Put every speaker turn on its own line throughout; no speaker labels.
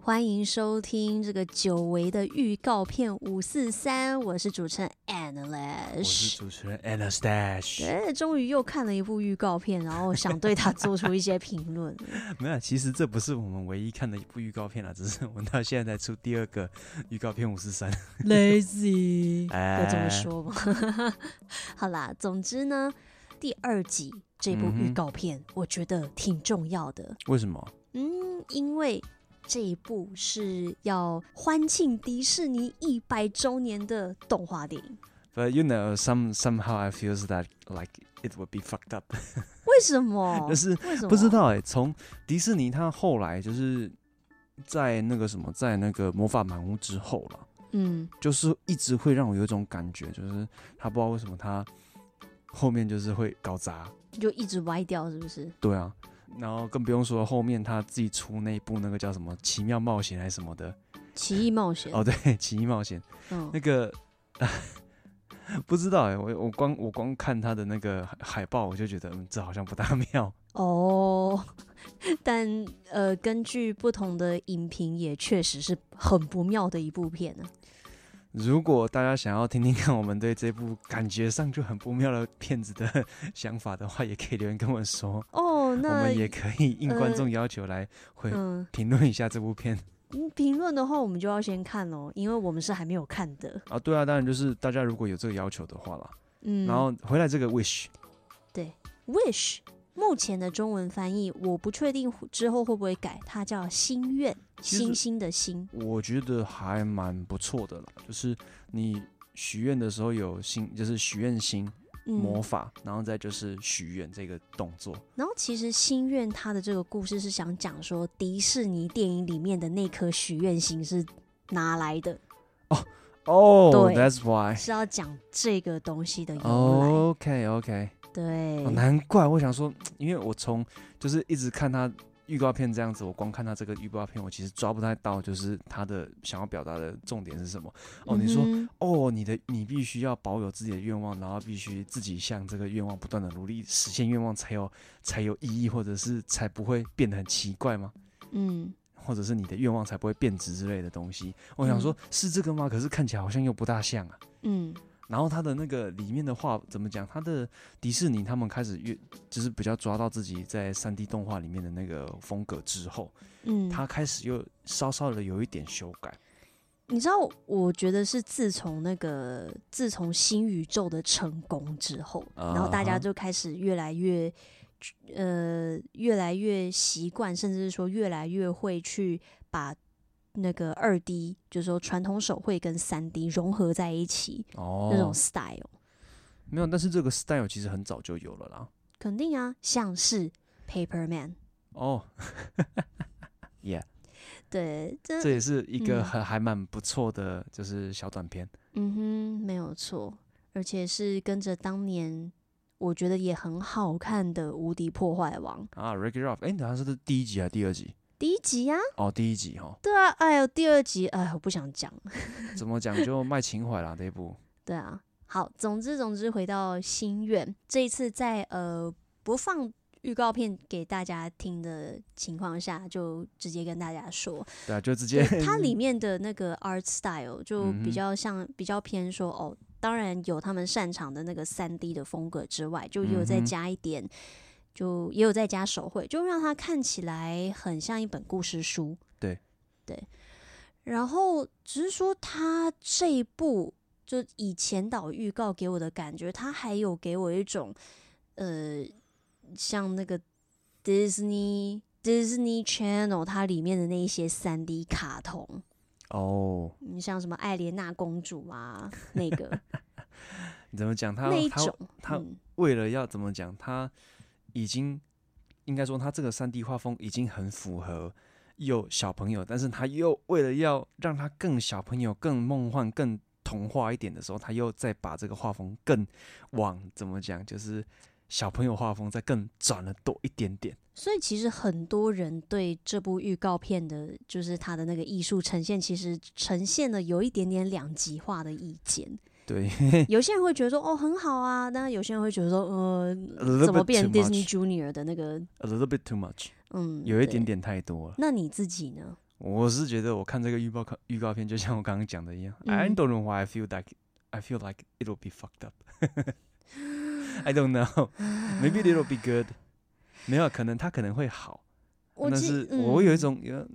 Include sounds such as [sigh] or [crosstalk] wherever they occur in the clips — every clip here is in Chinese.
欢迎收听这个久违的预告片五四三，我是主持人
我
Analish
是。主持人 Anastash。
哎，终于又看了一部预告片，然后想对它做出一些评论。
没有，其实这不是我们唯一看的一部预告片啦，只是我们到现在才出第二个预告片五十三。
Lazy，
哎
要这么说吧。 [laughs] 好啦，总之呢，第二集这部预
嗯哼
告片、我觉得挺重要的。
为什么？
嗯，因为这一部是要欢庆迪士尼一百周年的动画电影。
But you know, some somehow I feels that like it would be fucked up，、
为什么
但？是
为什么？
不知。道哎、从迪士尼它后来就是在那个什么，在那个魔法满屋之后了，
嗯，
就是一直会让我有一种感觉，就是他不知道为什么他后面就是会搞砸，
就一直歪掉，是不是？
对啊，然后更不用说后面他自己出那一部那个叫什么《奇妙冒险》还是什么的，
奇异冒险。
哦，对，《奇异冒险》
嗯
那，个、 [laughs] 不知道哎、我我光我光看他的那个海海报，我就觉得嗯，这好像不大妙。
哦。 [laughs] 但呃，根据不同的影评，也确实是很不妙的一部片呢、
如果大家想要听听看我们对这部感觉上就很不妙的片子的想法的话，也可以留言跟我说，
哦，
我
那
们也可以应观
呃
众要求来回
嗯，
评论一下这部片。
嗯评论的话，我们就要先看喽，因为我们是还没有看的。
啊，对啊，当然就是大家如果有这个要求的话啦，
嗯，
然后回来这个 wish，
wish 目前的中文翻译我不确定之后会不会改，它叫心愿，
其实
星星的星。
我觉得还蛮不错的啦，就是你许愿的时候有心，就是许愿心魔
嗯，
法，然后再就是许愿这个动作。
然后其实心愿它的这个故事是想讲说迪士尼电影里面的那颗许愿星是拿来的，
哦、
对
t h a t s why。
是要讲这个东西的由来。
OK OK，、
对，
哦难怪我想说，因为我从就是一直看他预告片这样子，我光看他这个预告片，我其实抓不太到，就是他的想要表达的重点是什么。哦，你说、
嗯哼
哦，你的你必须要保有自己的愿望，然后必须自己向这个愿望不断的努力，实现愿望才有才有意义，或者是才不会变得很奇怪吗？
嗯，
或者是你的愿望才不会变质之类的东西？我想说，是这个吗？可是看起来好像又不大像啊。
嗯，
然后它的那个里面的话怎么讲？它的迪士尼他们开始越就是比较抓到自己在三 D 动画里面的那个风格之后，
嗯，
它开始又稍稍的有一点修改。
你知道，我觉得是自从那个自从新宇宙的成功之后，
啊哈
然后大家就开始越来越呃越来越习惯，甚至是说越来越会去把那个二 D，就是说传统手绘跟三 D 融合在一起、那
哦
种，style。
没有，但是这个 style 其实很早就有了啦。
肯定啊，像是 Paper Man，
哦、y e a h
对，这
这也是一
嗯
个很还蛮不错的，就是小短片。
嗯哼，没有错，而且是跟着当年我觉得也很好看的《无敌破坏王》。
啊，Ricky Ralph，哎，你好像是第一集还是第二集？
第一集啊呀、
哦，第一集哈，
对啊，哎呦，第二集，哎，我不想讲。
怎么讲就卖情怀啦这一部。
对啊，好，总之总之，回到心愿，这一次在呃不放预告片给大家听的情况下，就直接跟大家 [laughs] 说，
对啊，就直接
对它里面的那个 art style 就
嗯
比
哼
较像，比较偏说哦，当然有他们擅长的那个三 D 的风格之外，就也有再
嗯哼
加一点。就也有在加手绘，就让它看起来很像一本故事书。
对
对，然后只是说它这一部就以前导预告给我的感觉，它还有给我一种呃，像那个 Disney Disney Channel 它里面的那一些三 D 卡通，
哦，
你像什么艾莲娜公主啊，那个
[laughs] 你怎么讲？他
那一
他
种，
他
嗯
为了要怎么讲，他已经应该说他这个三 D 画风已经很符合有小朋友，但是他又为了要让他更小朋友、更梦幻、更童话一点的时候，他又再把这个画风更往怎么讲，就是小朋友画风再更转了多一点点。
所以其实很多人对这部预告片的，就是它的那个艺术呈现，其实呈现了有一点点两极化的意见。
对， [laughs]
有些人会觉得说哦很好啊，但有些人会觉得说呃
A little
怎么
bit
变
too
Disney
much.
Junior 的那个
a little bit too much，
嗯
有一点
对
点太多了。
那你自己呢？
我是觉得我看这个预告看预告片，就像我刚刚讲的一样、
嗯
i don't know why I feel like I feel like it'll be
[laughs]
fucked up 。I don't know, maybe it'll be good 。没有，可能它可能会好，
我
但
记
是我有一
嗯
种有、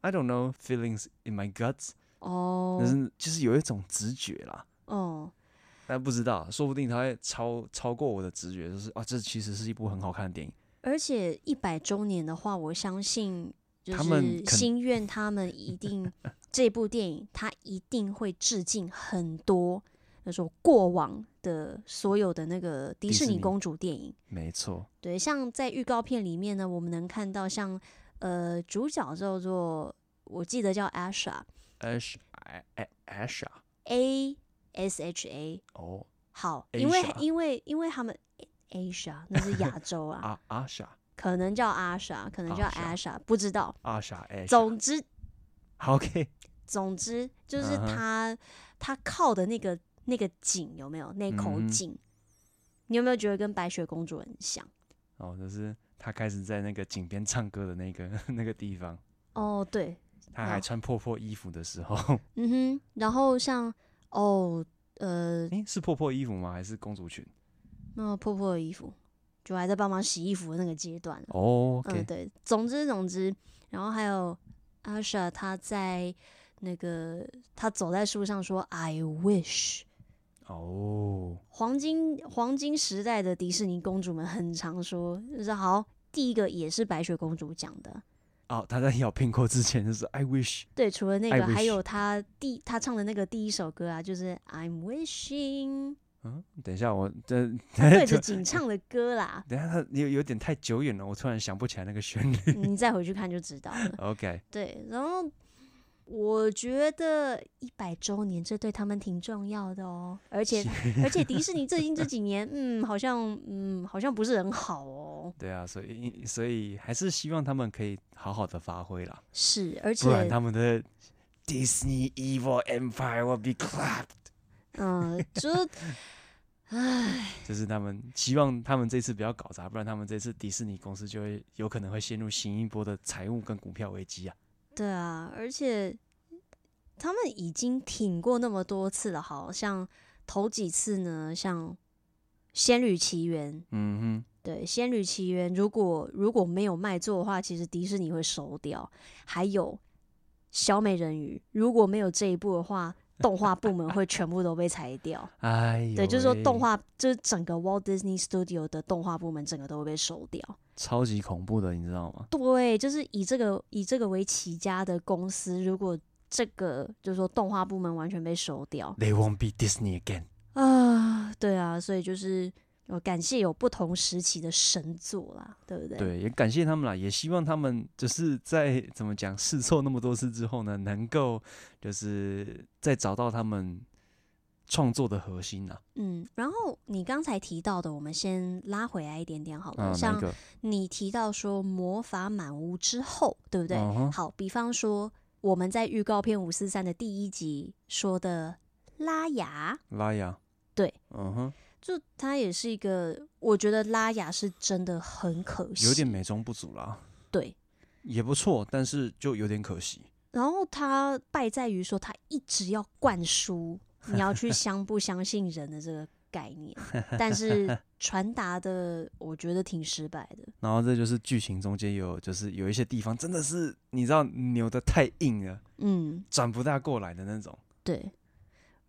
I don't know feelings in my guts，、但
哦
是就是有一种直觉啦。
哦，
但不知道，说不定它会超超过我的直觉，就是啊，这其实是一部很好看的电影。
而且一百周年的话，我相信就
他们
是
肯
心愿他们一
[laughs]
定这部电影，他一定会致敬很多那种过往的所有的那个迪
迪
士
士
尼
尼
公主电影。
没错，
对，像在预告片里面呢，我们能看到像呃主角叫做我记得叫 Asha，A
Ash A- A- Asha
S H A。
哦
好，因为
Asia
因为因为他们 Asia 那是亚洲啊，
[laughs] 啊 Asha
可能叫 Asha，可能叫
Asha
Asha，不知道。
Asha Asha
总之
好 OK
总之就是
嗯哼
他、他靠的那个那个井有没有那口
嗯哼
井？你有没有觉得跟白雪公主很像？
哦，就是他开始在那个井边唱歌的那个 [laughs] 那个地方，
哦，对，
他
哦
还穿破破衣服的时候，
嗯哼，然后像哦呃
诶、是破破衣服吗？还是公主裙？
那破破的衣服，就还在帮忙洗衣服的那个阶段了。
哦
嗯，
OK，
对，总之总之，然后还有阿 s 他在那个他走在树上说 “I wish”。
哦，
黄金黄金时代的迪士尼公主们很常说，就是好，第一个也是白雪公主讲的，
哦，他在咬苹果之前就是 I wish，
对，除了那
I
个，还
wish
有她第她唱的那个第一首歌啊，就是 “I'm
[laughs]
wishing”，
嗯，等一下我这
对
突，
着景唱的歌啦
等一下他有有点太久远了，我突然想不起来那个旋律。 [laughs]
你再回去看就知道了。
OK，
对，然后我觉得一百周年这对他们挺重要的哦，而且而且迪士尼最
[laughs]
近这几年，嗯，好像嗯好像不是很好哦，
对啊，所以所以还是希望他们可以好好的发挥啦，
是，而
不然
且
他们的 Disney Evil Empire will be clapped，
嗯，就唉，
就是他们希望他们这次不要搞砸，不然他们这次迪士尼公司就会有可能会陷入新一波的财务跟股票危机啊。
对啊，而且他们已经挺过那么多次了，好像头几次呢，像《仙女奇缘》。
嗯
对，《仙女奇缘》如果如果没有卖座的话，其实迪士尼会收掉。还有小美人鱼，如果没有这一部的话，动画部门会全部都被裁掉。
哼，哎呦，
对，就是说动，画，就是整个 Walt Disney Studio 的动画部门整个都会被收掉。
超级恐怖的，你知道吗？
对，就是以这个以这个为起家的公司，如果这个就是说动画部门完全被收掉
They won't be Disney again。
啊，对啊，所以就是我感谢有不同时期的神作啦，对不对？
对，也感谢他们啦，也希望他们就是在怎么讲试错那么多次之后呢，能够就是再找到他们创作的核心啊。
嗯，然后你刚才提到的，我们先拉回来一点点好了。
啊，那
像
个？
你提到说魔法满屋之后，对不对？
嗯哼
好，比方说我们在预告片五四三的第一集说的拉雅，
拉雅。
对，
嗯哼，
就它也是一个，我觉得拉雅是真的很可惜，
有点美中不足啦，
对。
也不错，但是就有点可惜。
然后它败在于说，它一直要灌
[laughs]
输你要去相不相信人的这个概念，但
[laughs]
是传达的我觉得挺失败的。
然后这就是剧情中间有，就是有一些地方真的是你知道扭的太硬了，
嗯，
转不大过来的那种。
对，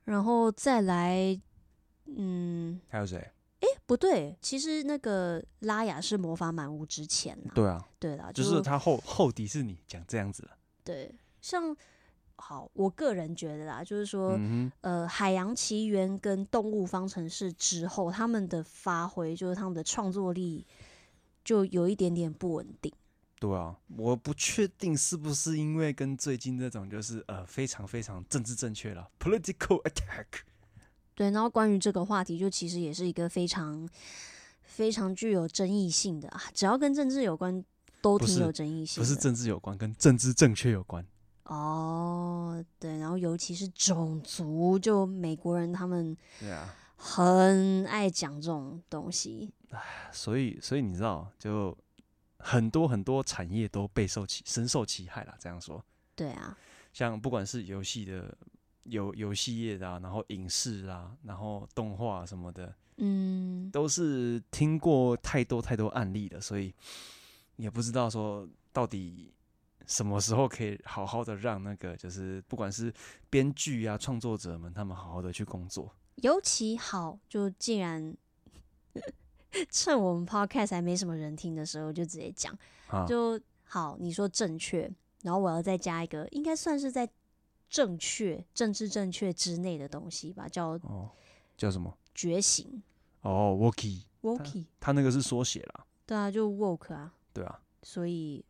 然后再来，嗯，
还有谁？
诶不对，其实那个拉雅是魔法满屋之前啦，
对啊，
对啦，
就是他后后迪士尼讲这样子了。
对，像好，我个人觉得啦，就是说，
嗯
呃，海洋奇缘跟动物方程式之后，他们的发挥就是他们的创作力就有一点点不稳定。
哼，对啊，我不确定是不是因为跟最近这种就是呃非常非常政治正确了，political [laughs] attack。
对，然后关于这个话题，就其实也是一个非常非常具有争议性的啊，只要跟政治有关，都
不
挺
是
有争议性
不
的。
是政治有关，跟政治正确有关。
哦，对，然后尤其是种族，就美国人他们
对啊，
很爱讲这种东西。
[sighs] 所以所以你知道，就很多很多产业都备受其深受其害啦。这样说，
对啊，
像不管是游戏的游游戏业的、啊，然后影视啊，然后动画什么的，
嗯，
都是听过太多太多案例的，所以也不知道说到底什么时候可以好好的让那个就是不管是编剧啊、创作者们，他们好好的去工作。
尤其好，就既然 [laughs] 趁我们 podcast 还没什么人听的时候，就直接讲，
啊，
就好。你说正确，然后我要再加一个，应该算是在正确、政治正确之内的东西吧，叫
哦，叫什么？
觉醒
哦，Woki，
（woke）。
他那个是缩写啦，
对啊，就 woke 啊，
对啊，
所以。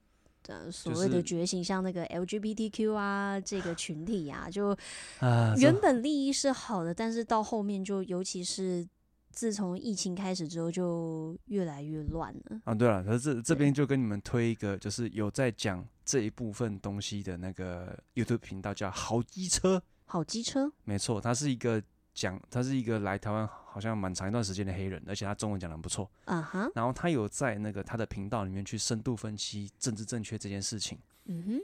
呃，所
就
谓的
是
觉醒，像那个 LGBTQ 啊，这个群体啊，就
啊，
原本利益是好的，但是到后面就，尤其是自从疫情开始之后，就越来越乱了。
啊，对了，可是这这边就跟你们推一个，就是有在讲这一部分东西的那个 YouTube 频道叫豪机车，
好机车，
没错，他是一个讲，他是一个来台湾好像蛮长一段时间的黑人，而且他中文讲的不错。
啊哈，
然后他有在那个他的频道里面去深度分析政治正确这件事情。
嗯哼，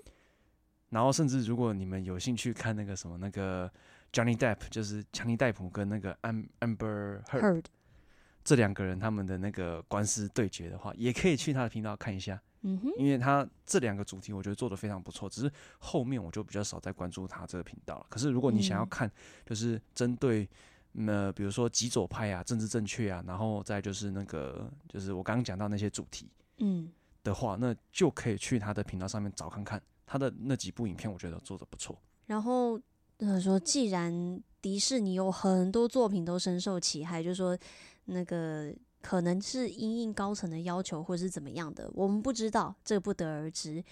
然后甚至如果你们有兴趣看那个什么那个 Johnny Depp，就是强尼戴普跟那个 Am Amber Heard
，heard，
这两个人他们的那个官司对决的话，也可以去他的频道看一下。
嗯哼，
因为他这两个主题我觉得做的非常不错，只是后面我就比较少在关注他这个频道了。可是如果你想要
嗯
看，就是针对嗯呃，比如说极左派啊、政治正确啊，然后再就是那个就是我刚刚讲到那些主题
嗯，
的话，那就可以去他的频道上面找看看他的那几部影片，我觉得做的不错。
然后呃说，既然迪士尼有很多作品都深受其害，就说那个可能是因应高层的要求，或是怎么样的，我们不知道，这不得而知。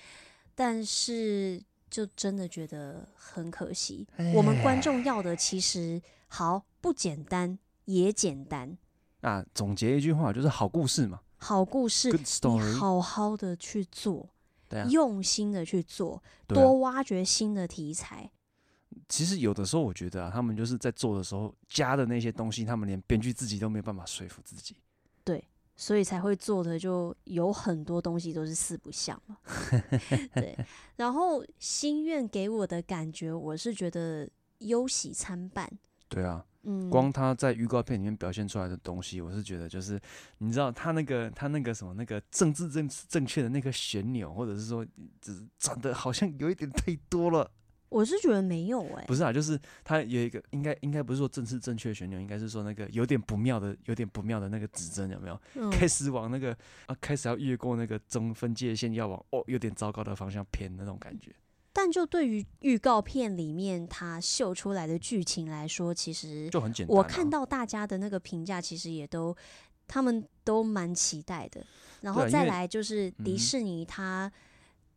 但是就真的觉得很可惜，我们观众要的其实好不简单，也简单，
啊，总结一句话就是好故事嘛
好故事
，Good
你
story。
好好的去做，
对啊，
用心的去做，
对啊
多挖掘新的题材。
其实有的时候我觉得啊，他们就是在做的时候加的那些东西，他们连编剧自己都没有办法说服自己。
所以才会做的就有很多东西都是四不像
[laughs]
嘛。对，然后心愿给我的感觉，我是觉得忧喜参半。
对啊，
嗯，
光他在预告片里面表现出来的东西，我是觉得就是，你知道他那个他那个什么那个政治正正确的那个旋钮，或者是说，只是转的好像有一点太多了。
我是觉得没有哎、
不是啊，就是他有一个应该应该不是说政治正确的旋钮，应该是说那个有点不妙的有点不妙的那个指针有没有？
嗯，
开始往那个啊开始要越过那个中分界线，要往哦有点糟糕的方向偏那种感觉。
但就对于预告片里面它秀出来的剧情来说，其实
就很简单、啊。
我看到大家的那个评价，其实也都他们都蛮期待的。然
对啊
后
因
再
为
来就是
嗯
迪
哼
士尼，它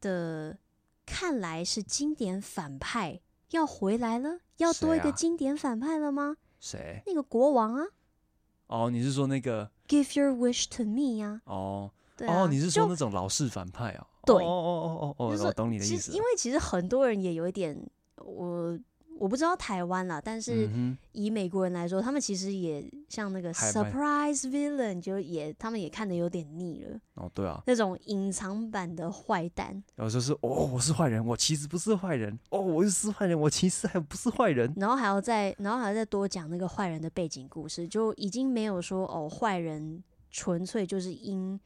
的、看来是经典反派要回来了，要多一
谁
个
啊
经典反派了吗？
谁？
那个国王啊
哦，你是说那个
，Give your wish to me 呀、
哦、
对啊，
哦，你是
就
说那种老式反派啊？
对
哦哦哦哦
就
哦，
是
我懂你的意
其
思
实
了。
因为其实很多人也有一点我。我不知道台湾啦，但是
嗯
以美国人来说，他们其实也像那个
还蛮
surprise villain，就也他们也看的有点腻了。
哼，哦，对啊，
那种隐藏版的坏蛋，
有时候是哦，我是坏人，我其实不是坏人，哦，我是坏人，我其实还不是坏人，
然后还要再，然后还要再多讲那个坏人的背景故事，就已经没有说哦，坏人纯粹就是因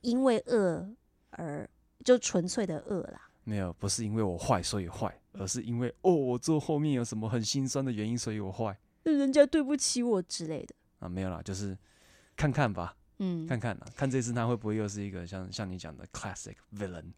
因为恶而就纯粹的恶啦。
没有，不是因为我坏所以坏，而是因为哦，我做后面有什么很心酸的原因，所以我坏
就人家对不起我之类的，
啊，没有啦，就是看看吧，
嗯，
看看啦，看这次他会不会又是一个像像你讲的 classic villain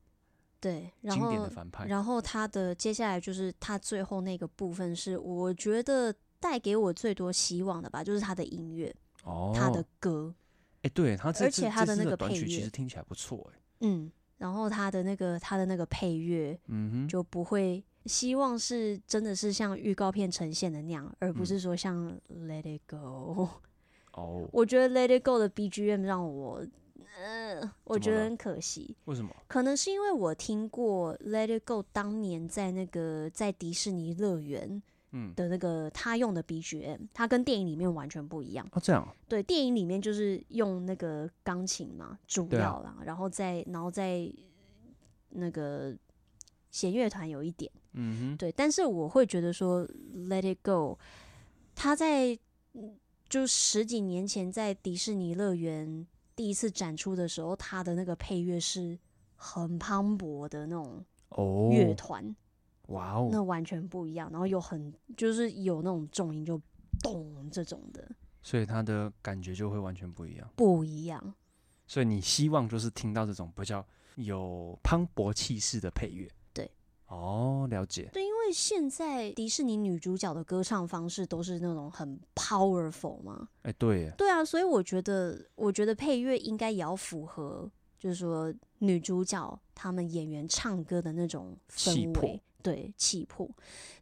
对，然
经典的
后
反派，
然后他的接下来就是他最后那个部分是我觉得带给我最多希望的吧，就是他的音乐，
哦，
他的歌，
哎，对他这
而
次
且他
这
的
次
那个
短
配
曲其
乐
实听起来不错，哎，
嗯，然后他的那个他的那个配乐，
嗯哼，
就不会希望是真的是像预告片呈现的那样，
嗯
而不是说像 Let It Go。 [laughs]
哦，
我觉得 Let It Go 的 BGM 让我，呃，我觉得很可惜。
为什么？
可能是因为我听过 Let It Go 当年在那个在迪士尼乐园
嗯，
的那个他用的 BGM，它跟电影里面完全不一样。
哦，这样哦，
对，电影里面就是用那个钢琴嘛，主
对啊
要啦，然后再然后再那个弦乐团有一点。
嗯哼，
对，但是我会觉得说《Let It Go》，他在嗯就十几年前在迪士尼乐园第一次展出的时候，他的那个配乐是很磅礴的那种
哦，
乐团，
哇
那
哦，
完全不一样。然后有很就是有那种重音就咚这种的，
所以它的感觉就会完全不一样。
不一样。
所以你希望就是听到这种比较有磅礴气势的配乐。
对，
哦，了解。
对，因为现在迪士尼女主角的歌唱方式都是那种很 powerful 嘛，
哎、对耶，
对啊，所以我觉得，我觉得配乐应该也要符合，就是说女主角她们演员唱歌的那种
气
氛
魄
围，对气魄，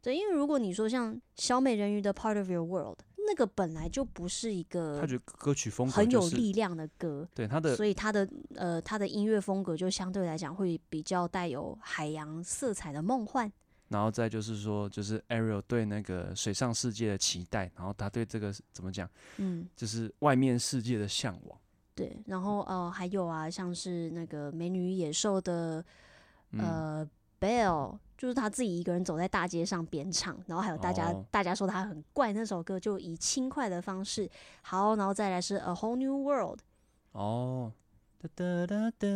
对，因为如果你说像小美人鱼的《Part of Your World》，那个本来就不是一
他
个
觉得歌曲风格
呃很
就
有
是
力量的歌，
对他的
所以她的呃她的音乐风格就相对来讲会比较带有海洋色彩的梦幻，
然后再就是说，就是 Ariel 对那个水上世界的期待，然后他对这个怎么讲，
嗯，
就是外面世界的向往。
对，然后呃还有啊，像是那个《美女与野兽》的
嗯，
呃，Bell 就是他自己一个人走在大街上边唱，然后还有大家、
哦
大家说他很怪那首歌，就以轻快的方式，好，然后再来是 A Whole New World，
哦，哒哒哒哒，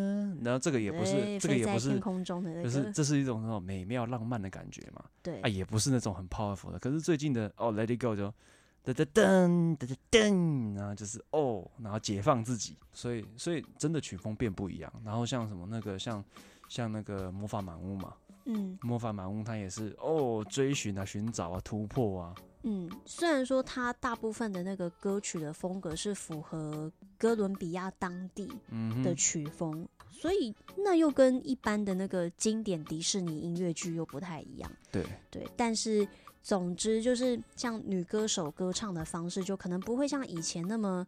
然后这个也不是，
对
这个
飞
也
在
不
天
是，
空中的那
不是，
个，
这是一种那种美妙浪漫的感觉嘛，
对
啊，也不是那种很 powerful 的。可是最近的哦，Let It Go 就。哒哒噔哒哒噔，然后就是哦，然后解放自己，所以所以真的曲风变不一样。然后像什么那个像像那个魔法满屋嘛，
嗯
魔法满屋，它也是哦，追寻啊、寻找啊、突破啊，
嗯，虽然说他大部分的那个歌曲的风格是符合哥伦比亚当地
嗯
的
哼，
曲风，所以那又跟一般的那个经典迪士尼音乐剧又不太一样。
对，
对，但是总之就是像女歌手歌唱的方式，就可能不会像以前那么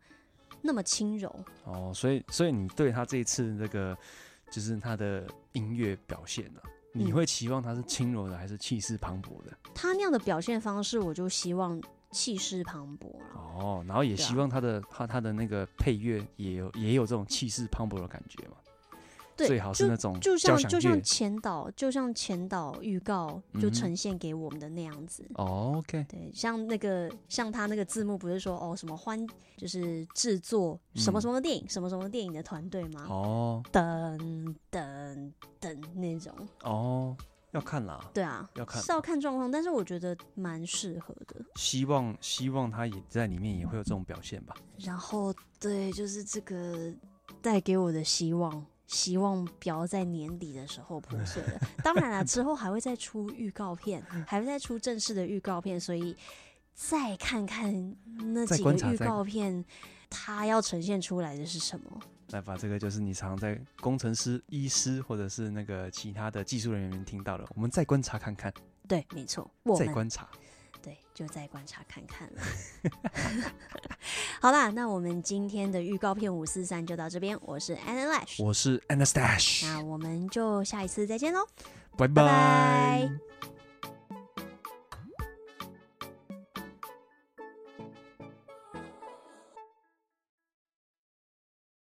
那么轻柔。
哦，所以所以你对他这一次那个就是他的音乐表现啊，你
嗯
会期望他是轻柔的还是气势磅礴的？
她那样的表现方式，我就希望气势磅礴了。
哦，然后也
对啊
希望他的他他的那个配乐也有也有这种气势磅礴的感觉嘛，
对
最好是那种
就
交
像
响
就
乐
像。前导，就像前导预告
嗯
就
哼
呈现给我们的那样子。
哦 OK，
对，像那个像他那个字幕不是说哦什么欢就是制作什么
嗯
什么电影、什么什么电影的团队吗？
哦
噔噔噔那种，
哦，要看啦，
对啊，
要看
是要看状况，但是我觉得蛮适合的。
希望希望他也在里面也会有这种表现吧。
然后对，就是这个带给我的希望，希望不要在年底的时候破碎了。当然啦，之后还会再出预告片，还会再出正式的预告片，所以再看看那
再
几个
观察
预
再
告片，它要呈现出来的是什么。
来把这个就是你常在工程师、医师或者是那个其他的技术人员听到了，我们再观察看看，
对，没错，我
再
们
观察。
对就再观察看看了。 [laughs] 好啦，那我们今天的预告片五四三就到这边，我是 Anna Lash，
我是 Anastash，
那我们就下一次再见喽。
拜
拜拜